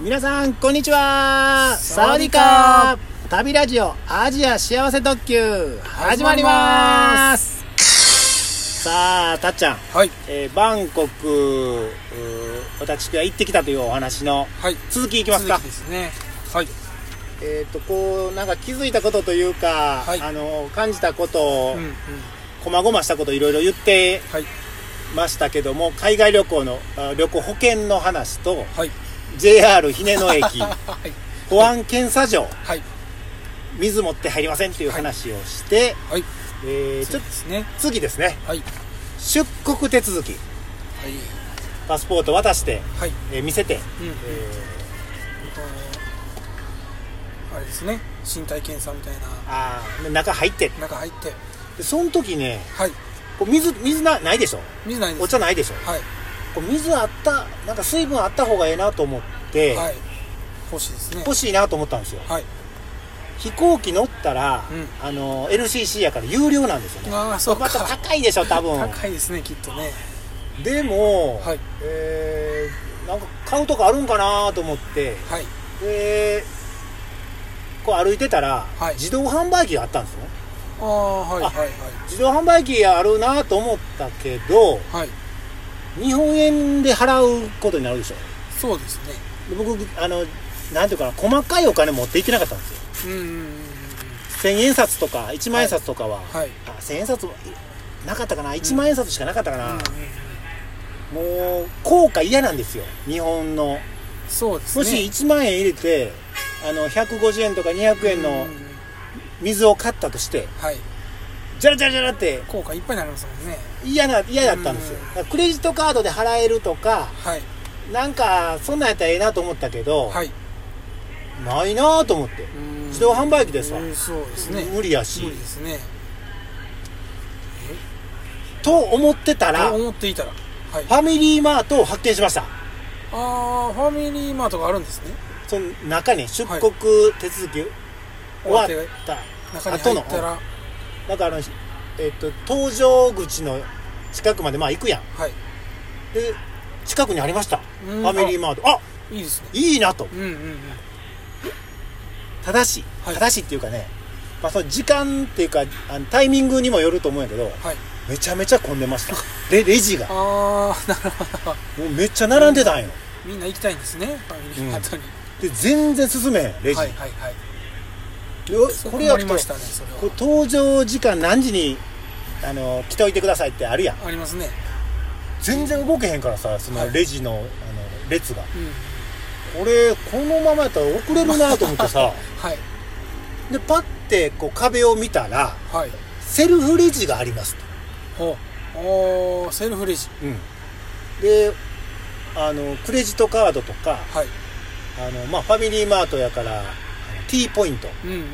皆さんこんにちはサワディーカー旅ラジオアジア幸せ特急始まりますさあたっちゃん、はいえーバンコクうー私が行ってきたというお話のはい続きいきますか続きですねはいえっ、とこうなんか気づいたことというか、はいあの感じたことを、うんうんこまごましたこといろいろ言ってはいましたけども海外旅行のあ旅行保険の話とはい JR 姫野 駅 はい保安検査場はい水持って入りませんっていう話をして、はいえーちそょうですね次ですねはい出国手続きはいパスポート渡して、はいえー見せて、うんえあれですね身体検査みたいーなあーで中入って中入ってでその時ねはいこう水水なないでしょ水ないですお茶ないでしょはいこう水あったなんか水分あった方がええなと思って、はい欲しいですね欲しいなと思ったんですよはい飛行機乗ったら、うんあの LCC やから有料なんですよねああそうまかた高いでしょ多分高いですねきっとねでも、はいえーなんか買うとこあるんかなと思ってはいでこう歩いてたら、はい自動販売機があったんですよああはいあはいはい自動販売機あるなと思ったけどはい日本円で払うことになるでしょそうですねで僕あのなんていうかな細かいお金持っていけなかったんですようんうんうんうん千円札とか一万円札とかは、はいあ千円札もなかったかな一万円札しかなかったかうんな、うんうんもう効果嫌なんですよ日本のそうですねもし1万円入れてあの150円とか200円のうんうんうん水を買ったとしてはいジャラジャラジャラって効果いっぱいになりますもんね嫌な嫌だったんですようんだからクレジットカードで払えるとかはいなんかそんなんやったらええなと思ったけど、はいないなと思って自動販売機ですわうんそうですね無理やし無理ですねと思ってたらとフ思っていたらはいァミリーマートを発見しましたああファミリーマートがあるんですねその中に出国手続き終わった中に後入のったらはだからあの、えっと搭乗口の近くまでまあ行くやんいで近くにありましたフうんァミリーマートあいいですねいいなとうんうんうんただし、はいただしっていうかね、まあ、その時間っていうかあのタイミングにもよると思うんやけどはいめちゃめちゃ混んでましたでレジがもあ あなるほどうめっちゃ並んでたんよみんな行きたいんですねファミリーマートにで全然進めへんレジ、はいはいはいでおこそこれもやあとりこましたねそれうは搭乗時間何時にあの来ておいてくださいってあるやんありますね全然動けへんからさそはのいレジのあの列がうん俺このままやったら遅れるなと思って さはいでパッてこう壁を見たらはいセルフレジがありますとほうおーセルフレジであのクレジットカードとかはいあの、まあ、ファミリーマートやからあの T ポイントうんうんうん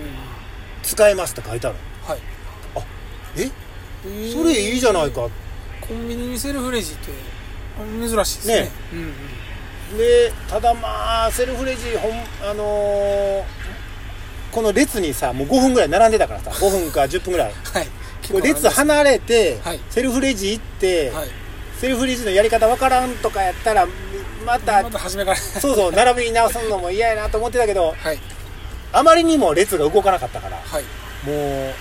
使えますって書いてあるはいええーそれいいじゃないかコンビニにセルフレジって珍しいですねねうんうんでただまあセルフレジほんあのーこの列にさもう5分ぐらい並んでたから さ5分か10分ぐらいはいこれ列離れて、はいセルフレジ行って、はいセルフレジのやり方わからんとかやったらまたまた初めからそうそう並び直すのも嫌やなと思ってたけどはいあまりにも列が動かなかったからはいも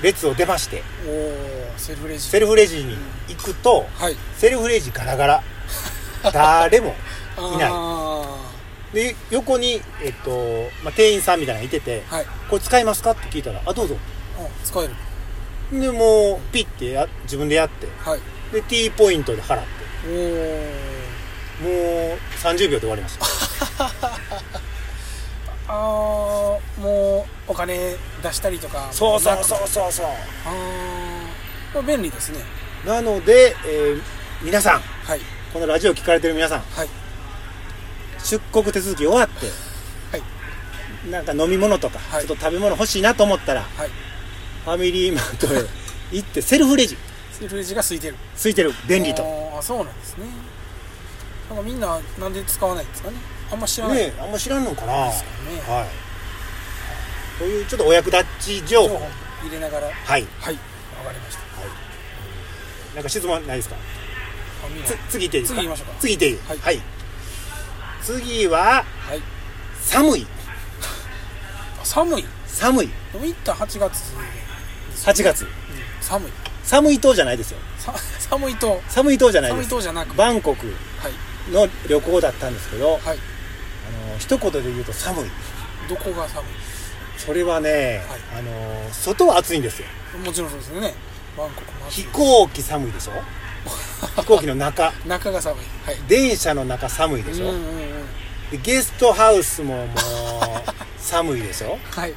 う列を出ましておおセルフレジセルフレジに行くとはいセルフレジガラガ ラ誰もいないあで横に、えっとまあ、店員さんみたいなのがいててーはい「これ使いますか?」って聞いたら「あどうぞお使える」でもうピッてや自分でやってはいで T ポイントで払っておおもう30秒で終わりましたああもうお金出したりとかそうそううそうそうそうああ便利ですねなので、えー皆さんはいこのラジオ聞かれてる皆さんはい出国手続き終わってはいなんか飲み物とか、はいちょっと食べ物欲しいなと思ったらはいファミリーマートへ行って セルフレジセルフレジが空いてるついてる便利とねあーそうなんですねなんかみんななんで使わないんですかねあんま知らないえあんま知らんのかなですかねはいというちょっとお役立ち情情報報入れながらはいはいわかりましたなんか質問ないですかあみんなつ次行っていいですか次行きましょうか次行っていいはいはい次ははい寒いあ寒い寒いでも行った8月8月寒い寒い島じゃないですよさ 寒いと寒い島じゃない寒でいすとじゃなくバンコクはいの旅行だったんですけど、はいあの一言で言うと寒いどこが寒それはね、あの外は暑いんですよいもちろんそうですよねバンコクも暑い飛行機寒いでしょ飛行機の中中が寒いはい電車の中寒いでしうんょ、うんうんでゲストハウスももう寒いでしょはい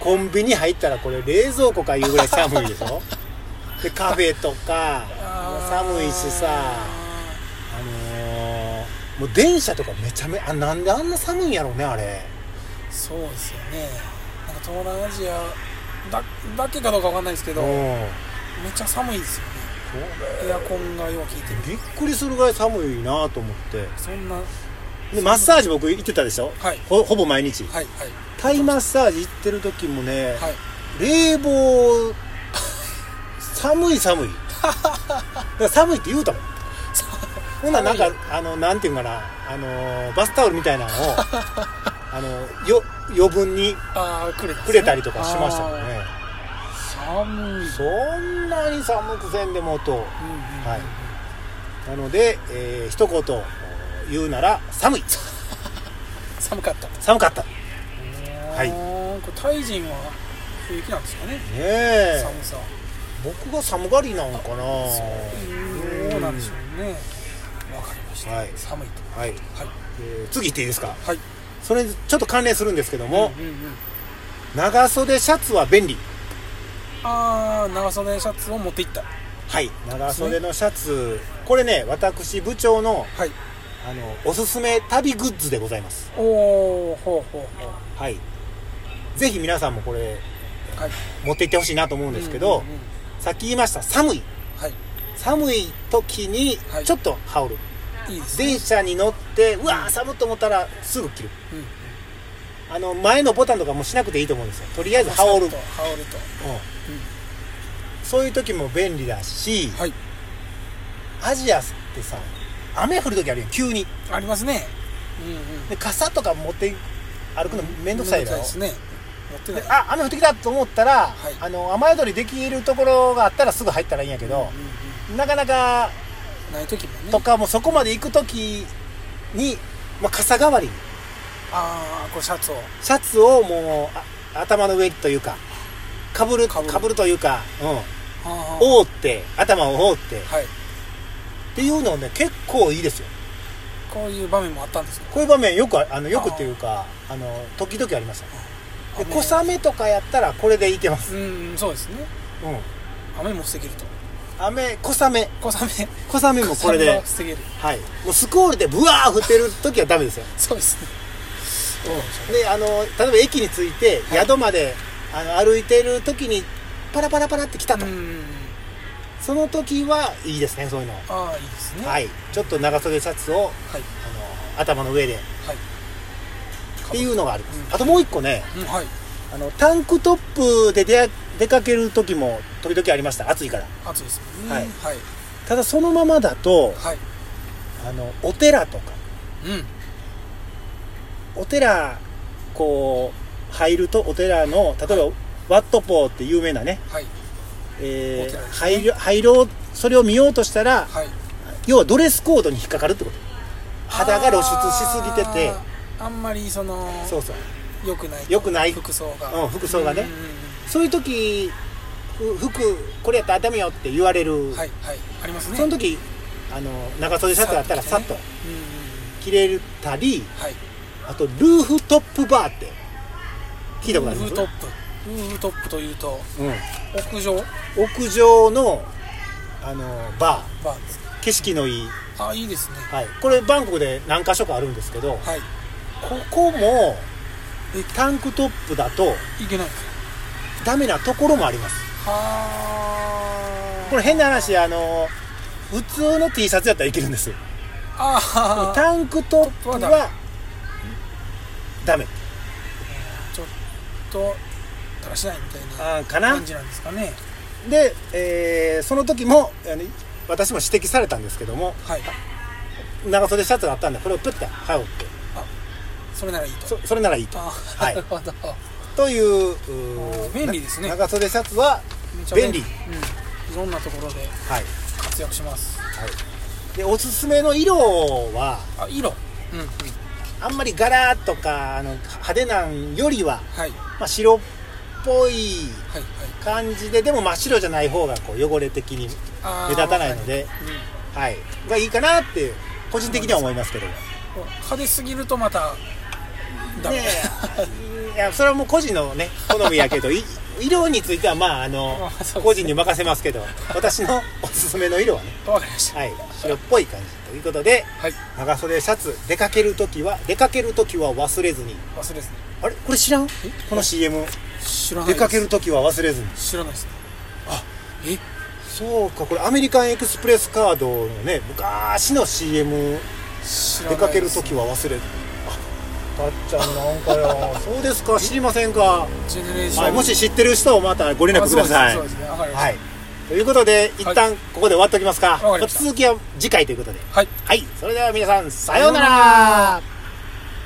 コンビニ入ったらこれ冷蔵庫かいうぐらい寒いでしょでカフェとかあー寒いしさあのーもう電車とかめちゃめあなんであんな寒いんやろうねあれそうですよねなんか東南アジアだだけかどうかわかんないですけうど、めっんちゃ寒いですよこれねエアコンがよう効いてるびっくりするぐらい寒いなと思ってそんなはいでマッサージ僕行ってたでしょ、はいほほぼ毎日はいタイマッサージ行ってる時もね、はい冷房寒い寒いだから寒いって言うたもんほんならなんか寒あのなんていうんかなあのーバスタオルみたいなの をあのよ余分にああくれたんですね、くれたりとかしましたもんねあー寒いそんなに寒くせんでもとうんうんうんはいなので、えー一言言うなら寒い寒かった寒かったねはいいこれタイ人は冬雪なんですかねえ寒さ僕が寒がりなのかなそうどうなんでしょうねわかりました、はい寒いとはい、はいえー次行っていいですかはいそれにちょっと関連するんですけども、うんうんうん長袖シャツは便利ああ長袖シャツを持っていったはい長袖のシャツこれね私部長のはいあのおすすめ旅グッズでございますおおほうほうほうはいぜひ皆さんもこれはい持って行ってほしいなと思うんですけど、うんうんうんさっき言いました寒いはい寒い時にはいちょっと羽織る、いいですね電車に乗ってうわー寒っと思ったらすぐ着るうんあの前のボタンとかもしなくていいと思うんですよとりあえず羽織る、うんと羽織るとそういう時も便利だし、はいアジアってさ雨降る時あるやん急にありますねうんうんで傘とか持って歩くのめんどくさいだろ、ですね持ってないであ雨降ってきたと思ったら、はいあの雨宿りできるところがあったらすぐ入ったらいいんやけどうん、うなかなかんない時もねとかもうそこまで行く時に、まあ、傘代わりにああこうシャツをシャツをもうあ頭の上というかかぶるかかぶぶるるというか、あうん、ー覆って頭を覆ってはいっていうのね結構いいですよこういう場面もあったんですよこういう場面よくああのよくっていうかあの時々ありましたねで雨小雨とかやったらこれでいけます、うんそうですねうん、雨も防げると雨小雨小雨小雨もこれ小雨では防げるはいもうスコールでブワー降ってる時はダメですよそうですねであの例えば駅に着いてはい宿まで、あの歩いてる時にパラパラパラって来たと、うんその時はいいですねそういうのはああいいですねはいいちょっと長袖シャツをあはいの頭の上ではいっていうのがあります、うんあともう一個ねうんはいあのタンクトップで出や出かける時も時々ありました暑いから暑いですもんねはいはいただそのままだとはいあのお寺とかうんお寺こう入るとお寺の例えばワットポーって有名なね、はいえおー寺ですね入る入ろうそれを見ようとしたらはい要はドレスコードに引っかかるってこと肌が露出しすぎててあーあんまりそのそうそう良くない良くない服装がうん服装がねうんうんうそういう時ふ服これやったらダメよって言われる、んはいはいありますねその時あの長袖シャツだったらさっとうんうんうん着れたりはいあとルーフトップバーって聞いたことありますルーフトップルーフトップというとう屋上ん、屋上のあのババーですー景色のいい、あいいですねはい、これバンコクで何か所かあるんですけどはいここもえタンクトップだといけないですダメなところもありますはあこれ変な話あの普通の T シャツやったらいけるんですああタンクトップトップははダメちょっとだらしないみたいなあーかな感じなんですかねで、えーその時もあの私も指摘されたんですけどもはい長袖シャツがあったんでこれをプッて羽織ってあそれならいいとそそれならいいとあはないるほどといううー便利ですねな長袖シャツはめちゃ便利うん、いろんなところではい、活躍しますはい、でおすすめの色はあ色うんうんあんまり柄とかあの派手なんよりは、はいはいまあ、白っぽいはい感じででも真っ白じゃない方がこう汚れ的にあー目立たないので、はい、がいいかなって個人的には思いますけどねうん派手すぎるとまたダメ、えいやそれはもう個人のね好みやけどい色についてはまああの、まあそうですね個人に任せますけど私のおすすめの色はね、 わかりましたはい、白っぽい感じということではい長袖シャツ出かける時は出かける時は忘れずに忘れずにあれこれ知らんえこの CM 知らない出ですかける時は忘れずに知らないですねあえそうかこれアメリカンエクスプレスカードのね昔の CM 知らな出いかけるです時は忘れずにあたっちゃんなんかよそうですか知りませんかジェネレーション、はい、もし知ってる人をまたご連絡ください。あそうですそうですねわかりましたはい。ということで、一旦ここで終わっておきますか。わかりました続きは次回ということで。はいはい。それでは皆さん、さようなさようなら。